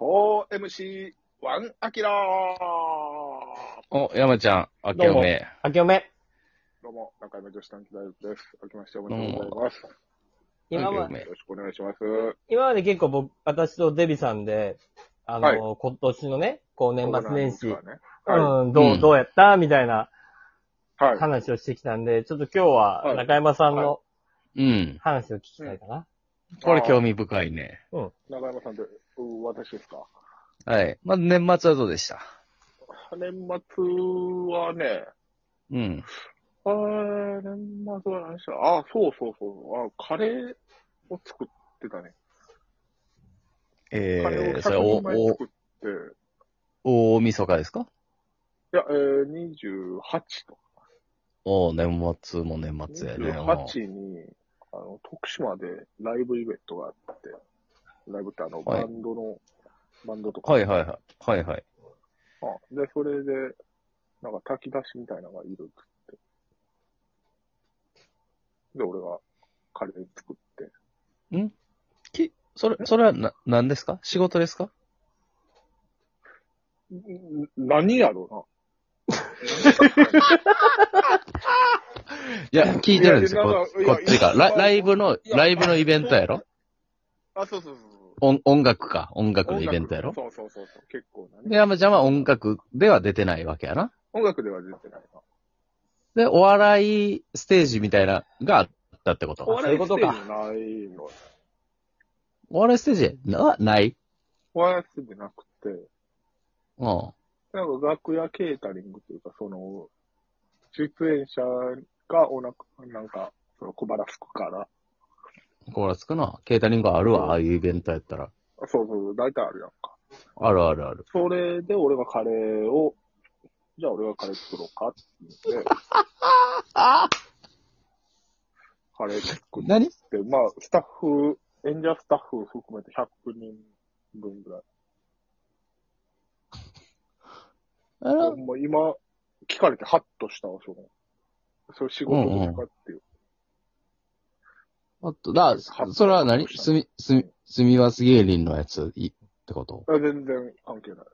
4MC1 アキラーお、山ちゃん、あきどうおもめ。明けおめ。どうも、中山女子短期大学です。明けましておめでとうございます。よ今あきおまめろしくお願いします。今まで結構僕、私とデビさんで、あの、はい今年のね、こう年末年始、コロナの期はねうん、どうんう、どうやったみたいなはい。はい。話をしてきたんで、ちょっと今日ははい中山さんはのうん。話を聞きたいかな。これ興味深いね。中山さんで、う私ですかはい。まず年末はどうでした年末はね、うん。あー年末は何したあ、そうそうそう。あ、カレーを作ってたね。カレえーをー、それ、 100人お、前作って、お、大晦日ですかいや、えー、28と。お、年末も年末やね。もう28に、あの、徳島でライブイベントがあって、ライブってあの、はいバンドの、バンドとか。はいはいはい。はいはい。あで、それで、なんか炊き出しみたいなのがいるっつって。で、俺がカレー作って。き、それ、それはな、何ですか仕事ですかんん何やろいや、 聞いてるんですよ。いやいやこいやこっちが。いやいやラライブの、いやライブのイベントやろなあ、そうそうそう音音楽か。音楽のイベントやろそうそうそうそう。結構なで、ね。山ちゃんは音楽では出てないわけやな。音楽では出てないな。で、お笑いステージみたいな、があったってことおそう笑いいうこスとテかージないの。お笑いステージな、ないお笑いステージなくて。うん。なんか楽屋ケータリングというか、その、出演者がおなか、なんか、その小腹すくから、こらつくな。ケータリングあるうんわ、ああいうイベントやったら。あそうそう、大体あるやんか。あるあるある。それで俺がカレーを、じゃあ俺がカレー作ろうかって言って、カレー作っ何て、まあ、スタッフ、演者スタッフ含めて100人分ぐらい。あらもう今、聞かれてハッとしたわ、その、そう仕事ですかっていう。あと、だ、それは何すみ、すみ、すみわす芸人のやつ、い、ってことあ全然関係ない。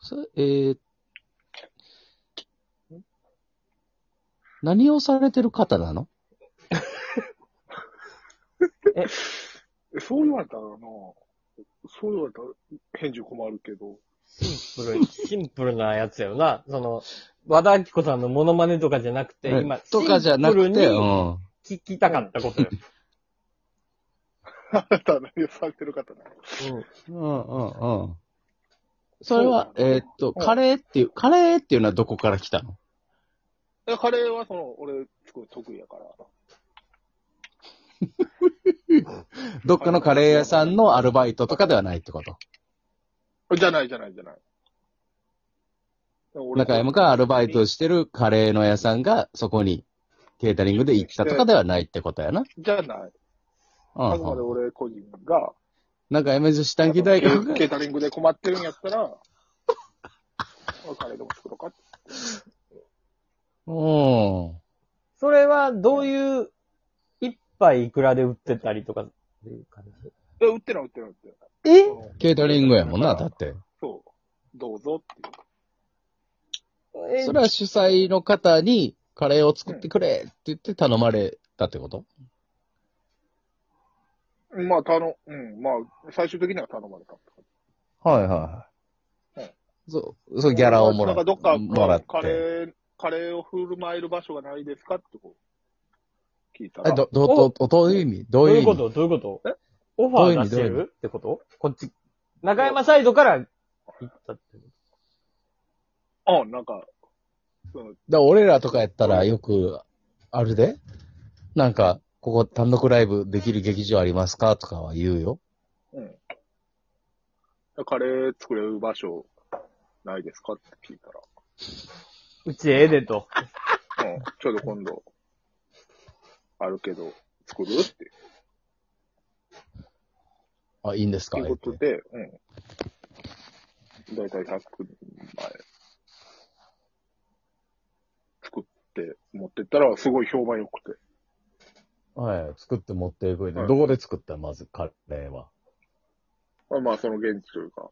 それえー、何をされてる方なのそう言われたらな、そう言われたら返事困るけど、 シンプル、シンプルなやつやよな。その、和田明子さんのモノマネとかじゃなくて、今、とかじゃなシくンプて、ルうにん。聞きたかったことよ。あなたは何をされてる方なのうん。うんうんうん。それは、そうえーっと、カレーっていう、カレーっていうのはどこから来たのえカレーはその、俺作るの得意やから。どっかのカレー屋さんのアルバイトとかではないってことじゃないじゃないじゃない。俺中山がアルバイトしてるカレーの屋さんが、そこに、ケータリングで行ったとかではないってことやな。じゃない。うんあくまでうん。俺個人が、中山女子短期大学がケータリングで困ってるんやったら、カレーでも作ろうかって。おーそれは、どういう、一杯いくらで売ってたりとかっていう感じ。え、売ってない売ってない売ってない。えケータリングやもんな、だって。そう。どうぞっていう。えそれは主催の方に、カレーを作ってくれって言って頼まれたってことまあ、頼、うん、まあ、最終的には頼まれた。はいはいはい。そう、そうギャラをもらなんかどっか、もらっカて。レー、カレーを振る舞える場所がないですかってこう、聞いたえ、ら。ど、ど、ど、どどういう意味どうどういうい意うこ味とどういうことえオファー出してどういう意味どういう意るってことこっち。中山サイドから行ったって。あ、なんか、そのだから俺らとかやったらよく、あるでなんか、ここ単独ライブできる劇場ありますかとかは言うよ。うん。カレー作れる場所ないですかって聞いたうちええでと。ら。うん。ちょうど今度、あるけど、作るってあ、いいんですかいうこと言うで、うん。だいたい100人前、作って持ってったら、すごい評判良くて。てはい、作って持っていく上ではいどこで作ったまず、カレーは。あまあまあ、その現地というか。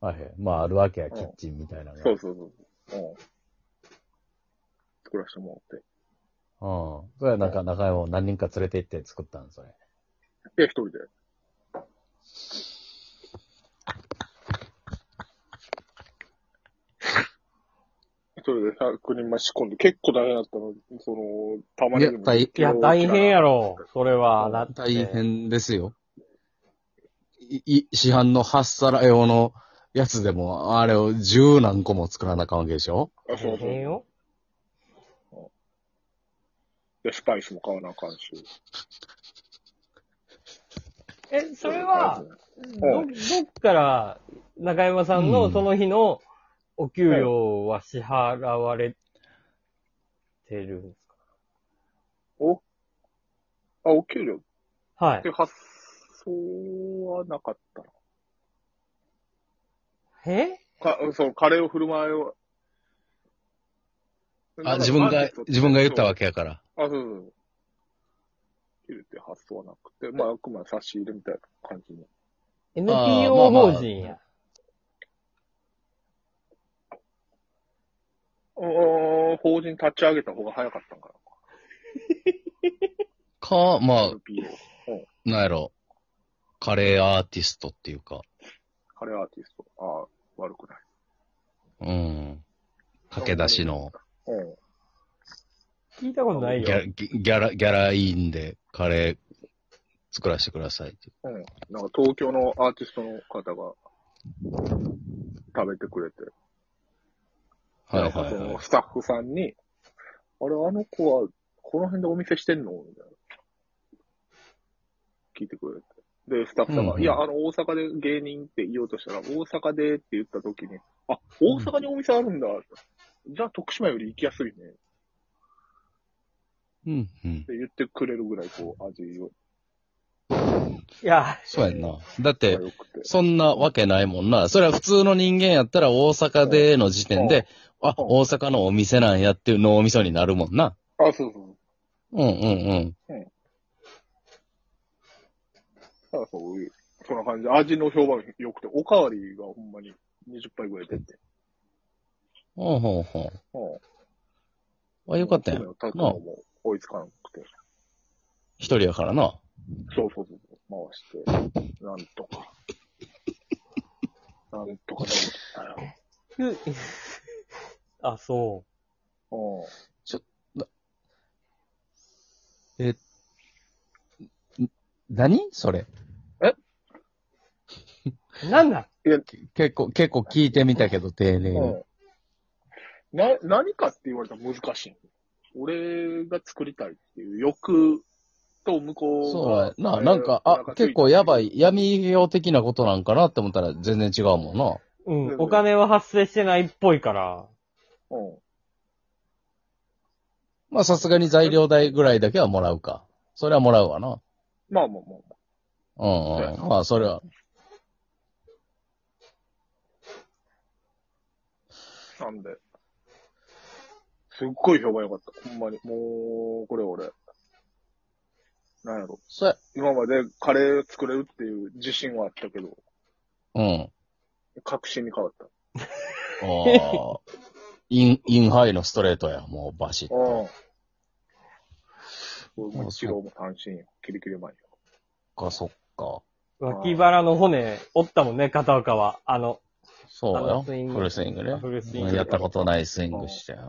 はいはい。まあ、あるわけや、キッチンみたいなのが。そうそうそう。うん。作らせてもらって。うん。それはなんか中山を何人か連れて行って作ったんそれ。え、一人で。一人で100人前仕込んで、結構大変だったの、その、たまにいや大いや、大変やろ。それは、だって。大変ですよ。い、い市販の8皿用のやつでも、あれを十何個も作らなあかんわけでしょあ、そう大そう。変で、よ。スパイスも買わなあかんし。え、それは、ど、うどっから、中山さんのうんその日のお給料は支払われてるんですお、あ、お給料っかはいて。発想はなかったなえか、そのカレーを振る舞いを。あ、自分が、自分が言ったわけ。けやから。あ、そうそう。切るっていう発想はなくて、まあ、あくまで差し入れみたいな感じに。 NPO まあまあ法人や。うーん、法人立ち上げた方が早かったんかな。か、まあ、 NPO。なんやろ。カレーアーティストっていうか。カレーアーティスト。ああ、悪くない。うん。駆け出しのうん。聞いたことなギいよ。ャギャラ、ギャラインでカレー作らせてくださいって。うん。なんか東京のアーティストの方が食べてくれて、はいなんかはいそはいの。スタッフさんに、あれ、あの子はこの辺でお店してんのみたいな。聞いてくれて。で、スタッフさんが、うんうんいや、あの、大阪で芸人って言おうとしたら、大阪でって言った時に、あ、大阪にお店あるんだ。じゃあ、徳島より行きやすいね。ってうんうん。言ってくれるぐらい、こう、味をいや、 そうやんな。だっがて、良くて。そんなわけないもんな。それは普通の人間やったら大阪での時点で、あ、うん大阪のお店なんやっていう脳みそになるもんな。あ、そうそう。うんうんうん。ただそういう、そんな感じで、味の評判が良くて、おかわりがほんまに20杯ぐらい出て。ほうほうほうんう。あ、よかったや米んを。炊くまあの、も追いつかなくて。一人やからな。そうそうそう。回して、なんと か。なんとかだよ。ゆあ、そうん。何それ。う。なんだ結構、結構聞いてみたけど、丁寧に。うん、な、何かって言われたら難しい。俺が作りたいっていう欲と向こうそうやがな。なんか、あ、結構やば。い、闇営業的なことなんかなって思ったら全然違うもんな。うん。お金は発生してないっぽいから。うん。まあさすがに材料代ぐらいだけはもらうか。それはもらうわな。まあまあまあうんそうやうん。まあそれは。まあ。なんで。すっごい評判良かった。ほんまに。もう、これ俺。なんやろ。それ、今までカレー作れるっていう自信はあったけど、うん。確信に変わった。あ あ。イン、インハイのストレートや、もうバシうッと。ん。俺も一郎も単身よ。キリキリ前よ。そっか、そっか。脇腹の骨、折ったもんね、片岡は。あの、そうあよ。のフスイングルスイングね。フルスインうグんやったことないスイングして。うん。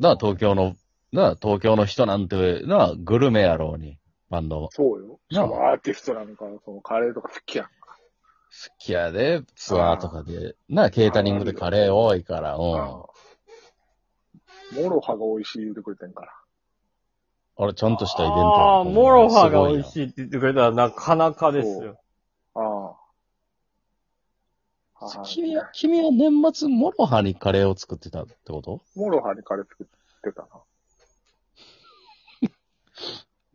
な、東京の、な、東京の人なんて、な、グルメやろうに、バンド好そうよ。しなあかもアーティストなんか、そのカレーとか好きやん。きやで、ツアーとかで、な、ケータリングでカレー多いから、ううんん。モロハが美味しい言うてくれてんから。あれ、ちゃんとしたイベントやな。ああ、モロハが美い味しいって言ってくれたらなかなかですよ。ああ。な。ああ君は、君は年末、モロハにカレーを作ってたってことモロハにカレー作ってた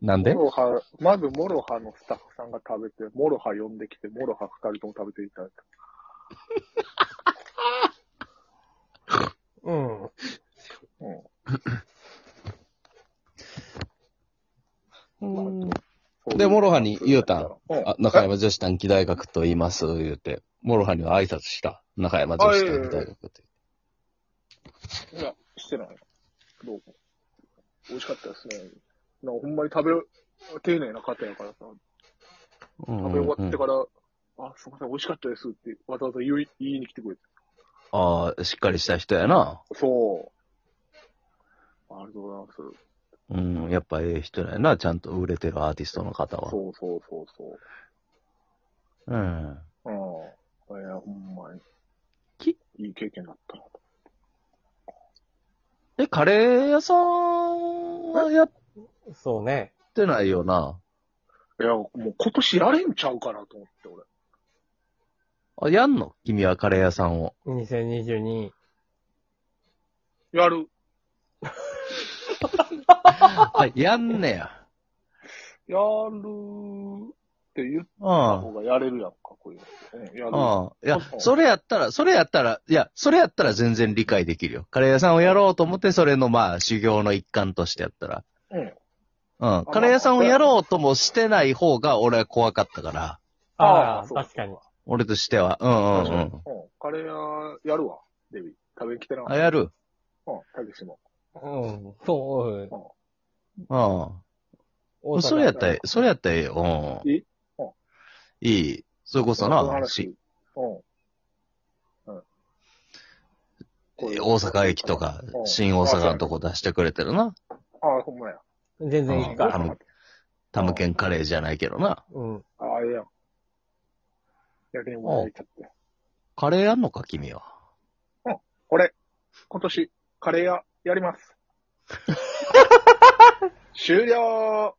なんな。でモロハ、まずモロハのスタッフさんが食べて、モロハ呼んできて、モロハ二人とも食べていただいた。ううん。ん。うんそうで、モロハに言うたん。うんあ、中山女子短期大学と言います、言うて。モロハには挨拶した。中山女子短期大学って。いや、してない。どうも。美味しかったですね。なんかほんまに食べ、丁寧な方やからさ、うん食うんうんべ終わってから、あ、すいません、美味しかったですってわざわざ言い言いに来てくれて。ああ、しっかりした人やな。そう。ありがとうございます。うん、やっぱええ人やな、ちゃんと売れてるアーティストの方は。そうそうそうそう。ううん。ん。いや、ほんまに。きいい経験だったなと。え、カレー屋さんはやっそうね。てないよな。いや、もう今年やれんちゃうかなと思って、俺。あ、やんの君はカレー屋さんを。 2022。やる。あ、やんねや。やるーって言っうたん。方がやれるやんか、こういうのってね。やる。うん。いやそ、うそれやったら、それやったら、いや、それやったら全然理解できるよ。カレー屋さんをやろうと思って、それのまあ、修行の一環としてやったら。うん。うん。カレー屋さんをやろうともしてない方が、俺は怖かったから。あーああ、そう確かに。俺としては。うんうんうん。うん。カレー屋やるわ、デビー。食べに来てな。あ、やる。うん、たけしも。うん。そう。うん。大阪それやったら、それやったらええよ。うん。いいうんいい。それこそな、のし話。うん。大阪駅とか、うん新大阪のとこ出してくれてるな。ああ、ほんまや。全然いいあか。のタムケンカレーじゃないけどな。うん。ああ、ええやん。焼きも焼いちゃって。カレーやんのか、君は。俺、今年、カレー屋やります。終了